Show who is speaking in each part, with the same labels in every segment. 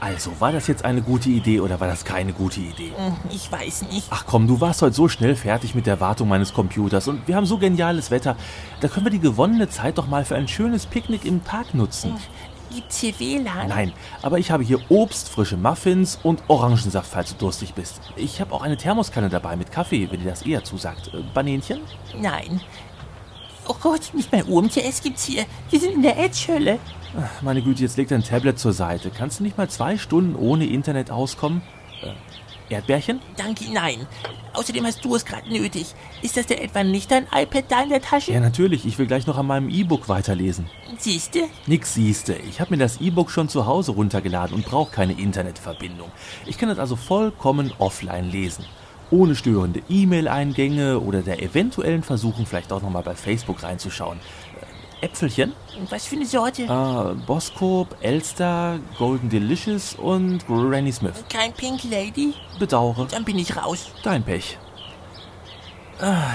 Speaker 1: Also, war das jetzt eine gute Idee oder war das keine gute Idee?
Speaker 2: Ich weiß nicht.
Speaker 1: Ach komm, du warst heute so schnell fertig mit der Wartung meines Computers und wir haben so geniales Wetter. Da können wir die gewonnene Zeit doch mal für ein schönes Picknick im Park nutzen.
Speaker 2: Gibt's hier WLAN?
Speaker 1: Nein, aber ich habe hier Obst, frische Muffins und Orangensaft, falls du durstig bist. Ich habe auch eine Thermoskanne dabei mit Kaffee, wenn dir das eher zusagt. Äh, Bananchen?
Speaker 2: Nein. Oh Gott, nicht mal UMTS gibt's hier. Wir sind in der Edge-Hölle.
Speaker 1: Ach, Meine Güte, jetzt leg dein Tablet zur Seite. Kannst du nicht mal zwei Stunden ohne Internet auskommen? Äh, Erdbärchen?
Speaker 2: Danke, nein. Außerdem hast du es gerade nötig. Ist das denn etwa nicht dein iPad da in der Tasche?
Speaker 1: Ja, natürlich. Ich will gleich noch an meinem E-Book weiterlesen.
Speaker 2: Siehste?
Speaker 1: Nix siehste. Ich habe mir das E-Book schon zu Hause runtergeladen und brauche keine Internetverbindung. Ich kann das also vollkommen offline lesen. Ohne störende E-Mail-Eingänge oder der eventuellen Versuchung, vielleicht auch nochmal bei Facebook reinzuschauen. Äh, Äpfelchen?
Speaker 2: Was für eine Sorte?
Speaker 1: Ah, Boskop, Elster, Golden Delicious und Granny Smith.
Speaker 2: Kein Pink Lady?
Speaker 1: Bedauere.
Speaker 2: Dann bin ich raus.
Speaker 1: Dein Pech. Ah,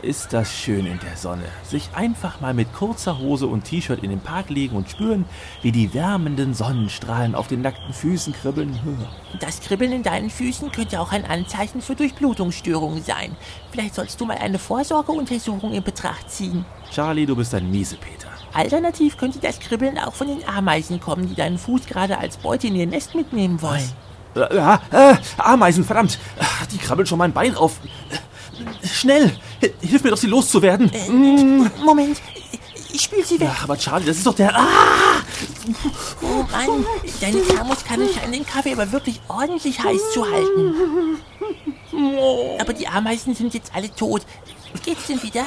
Speaker 1: ist das schön in der Sonne. Sich einfach mal mit kurzer Hose und T-Shirt in den Park legen und spüren, wie die wärmenden Sonnenstrahlen auf den nackten Füßen kribbeln.
Speaker 2: Das Kribbeln in deinen Füßen könnte auch ein Anzeichen für Durchblutungsstörungen sein. Vielleicht sollst du mal eine Vorsorgeuntersuchung in Betracht ziehen.
Speaker 1: Charlie, du bist ein miese Peter.
Speaker 2: Alternativ könnte das Kribbeln auch von den Ameisen kommen, die deinen Fuß gerade als Beute in ihr Nest mitnehmen wollen.
Speaker 1: Äh, ah, äh, Ameisen, verdammt. Ah, Die krabbeln schon mein Bein auf. Äh, Schnell, Hi- hilf mir doch, sie loszuwerden. Mm.
Speaker 2: Moment, ich- ich spül sie weg.
Speaker 1: Ach, aber Charlie, das ist doch der... Ah!
Speaker 2: Oh Mann, deine Thermoskanne scheint den Kaffee aber wirklich ordentlich heiß zu halten. Aber die Ameisen sind jetzt alle tot. Geht's denn wieder?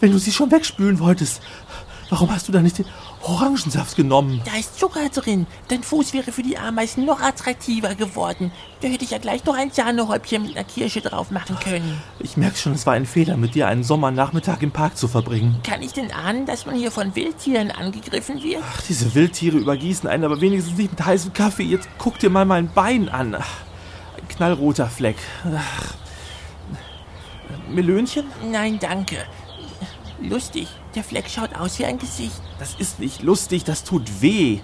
Speaker 1: Wenn du sie schon wegspülen wolltest, warum hast du dann nicht den Orangensaft genommen?
Speaker 2: Da ist Zucker drin. Dein Fuß wäre für die Ameisen noch attraktiver geworden. Da hätte ich ja gleich noch ein Sahnehäubchen mit einer Kirsche drauf machen können.
Speaker 1: Ich merke schon, es war ein Fehler, mit dir einen Sommernachmittag im Park zu verbringen.
Speaker 2: Kann ich denn ahnen, dass man hier von Wildtieren angegriffen wird?
Speaker 1: Ach, diese Wildtiere übergießen einen, aber wenigstens nicht mit heißem Kaffee. Jetzt guck dir mal mein Bein an. Ach, ein knallroter Fleck. Ach. Melönchen?
Speaker 2: Nein, danke. Lustig, der Fleck schaut aus wie ein Gesicht.
Speaker 1: Das ist nicht lustig, das tut weh.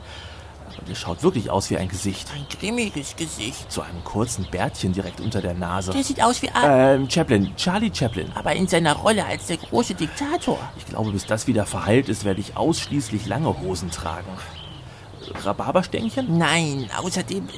Speaker 1: Aber der schaut wirklich aus wie ein Gesicht.
Speaker 2: Ein grimmiges Gesicht.
Speaker 1: Zu einem kurzen Bärtchen direkt unter der Nase.
Speaker 2: Der sieht aus wie ein...
Speaker 1: Ähm, Chaplin, Charlie Chaplin.
Speaker 2: Aber in seiner Rolle als der große Diktator.
Speaker 1: Ich glaube, bis das wieder verheilt ist, werde ich ausschließlich lange Hosen tragen. Rhabarberstängchen?
Speaker 2: Nein, außerdem... äh,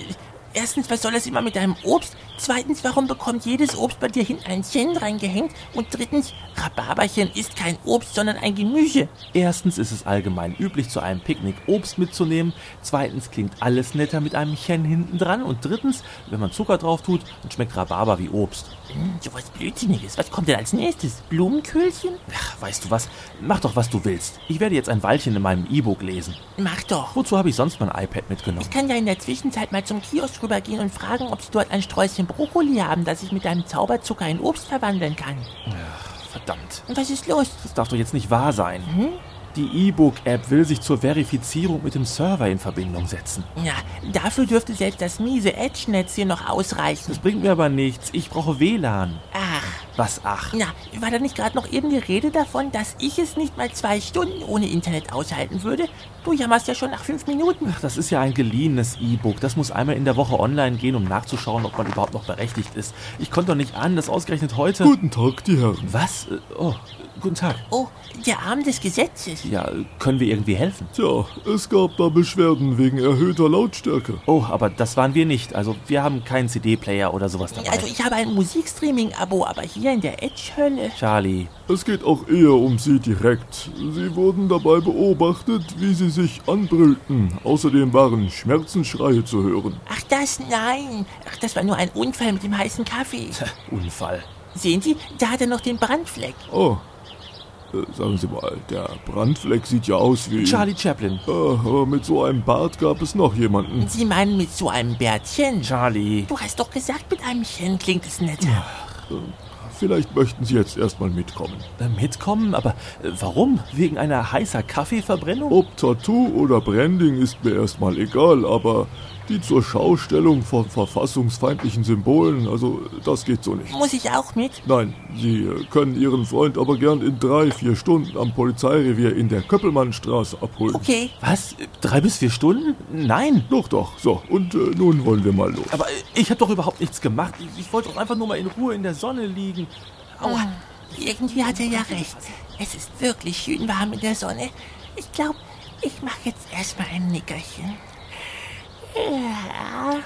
Speaker 2: Erstens, was soll das immer mit deinem Obst? Zweitens, warum bekommt jedes Obst bei dir hin ein Chen reingehängt? Und drittens, Rhabarberchen ist kein Obst, sondern ein Gemüse.
Speaker 1: Erstens ist es allgemein üblich, zu einem Picknick Obst mitzunehmen. Zweitens klingt alles netter mit einem Chen hinten dran. Und drittens, wenn man Zucker drauf tut, dann schmeckt Rhabarber wie Obst.
Speaker 2: Hm, sowas Blödsinniges. Was kommt denn als nächstes? Blumenköhlchen?
Speaker 1: Ach, weißt du was? Mach doch, was du willst. Ich werde jetzt ein Weilchen in meinem E-Book lesen.
Speaker 2: Mach doch.
Speaker 1: Wozu habe ich sonst mein iPad mitgenommen?
Speaker 2: Ich kann ja in der Zwischenzeit mal zum Kiosk rübergehen und fragen, ob sie dort ein Sträußchen Brokkoli haben, das ich mit deinem Zauberzucker in Obst verwandeln kann.
Speaker 1: Verdammt.
Speaker 2: Und was ist los?
Speaker 1: Das darf doch jetzt nicht wahr sein. Die E-Book-App will sich zur Verifizierung mit dem Server in Verbindung setzen.
Speaker 2: Na, dafür dürfte selbst das miese Edge-Netz hier noch ausreichen.
Speaker 1: Das bringt mir aber nichts. Ich brauche WLAN.
Speaker 2: Ach,
Speaker 1: Was ach?
Speaker 2: na, war da nicht gerade noch eben die Rede davon, dass ich es nicht mal zwei Stunden ohne Internet aushalten würde? Du jammerst ja schon nach fünf Minuten.
Speaker 1: Ach, das ist ja ein geliehenes E-Book. Das muss einmal in der Woche online gehen, um nachzuschauen, ob man überhaupt noch berechtigt ist. Ich konnte doch nicht an, dass ausgerechnet heute.
Speaker 3: Guten Tag, die Herren.
Speaker 1: Was? Äh, Oh, guten Tag.
Speaker 2: Oh, der Arm des Gesetzes.
Speaker 1: Ja, können wir irgendwie helfen?
Speaker 3: Tja, es gab da Beschwerden wegen erhöhter Lautstärke.
Speaker 1: Oh, aber das waren wir nicht. Also, wir haben keinen CD-Player oder sowas dabei.
Speaker 2: Also ich habe ein Musikstreaming-Abo, aber hier in der Edge-Hölle.
Speaker 1: Charlie,
Speaker 3: Es geht auch eher um sie direkt. Sie wurden dabei beobachtet, wie sie sich anbrüllten. Außerdem waren Schmerzensschreie zu hören.
Speaker 2: Ach das, nein. Ach, das war nur ein Unfall mit dem heißen Kaffee.
Speaker 1: Unfall.
Speaker 2: Sehen Sie, da hat er noch den Brandfleck.
Speaker 3: Oh, äh, sagen Sie mal, der Brandfleck sieht ja aus wie...
Speaker 1: Charlie Chaplin.
Speaker 3: Ah, aber mit so einem Bart gab es noch jemanden.
Speaker 2: Sie meinen mit so einem Bärtchen.
Speaker 1: Charlie.
Speaker 2: Du hast doch gesagt, mit einem Chen klingt es netter.
Speaker 3: Vielleicht möchten Sie jetzt erstmal mitkommen.
Speaker 1: Äh, Mitkommen? Aber äh, warum? Wegen
Speaker 3: Oh.
Speaker 1: einer heißer Kaffeeverbrennung?
Speaker 3: Ob Tattoo oder Branding ist mir erstmal egal, aber Die zur Schaustellung von verfassungsfeindlichen Symbolen, also das geht so nicht.
Speaker 2: Muss ich auch mit?
Speaker 3: Nein, Sie äh, können Ihren Freund aber gern in drei, vier Stunden am Polizeirevier in der Köppelmannstraße abholen.
Speaker 2: Okay.
Speaker 1: Was? Drei bis vier Stunden? Nein.
Speaker 3: Doch, doch. So, und äh, nun wollen wir mal los.
Speaker 1: Aber äh, ich habe doch überhaupt nichts gemacht. Ich, ich wollte doch einfach nur mal in Ruhe in der Sonne liegen.
Speaker 2: Aua. Oh, Irgendwie hat er ja recht. Es ist wirklich schön warm in der Sonne. Ich glaube, ich mache jetzt erstmal ein Nickerchen. Ja.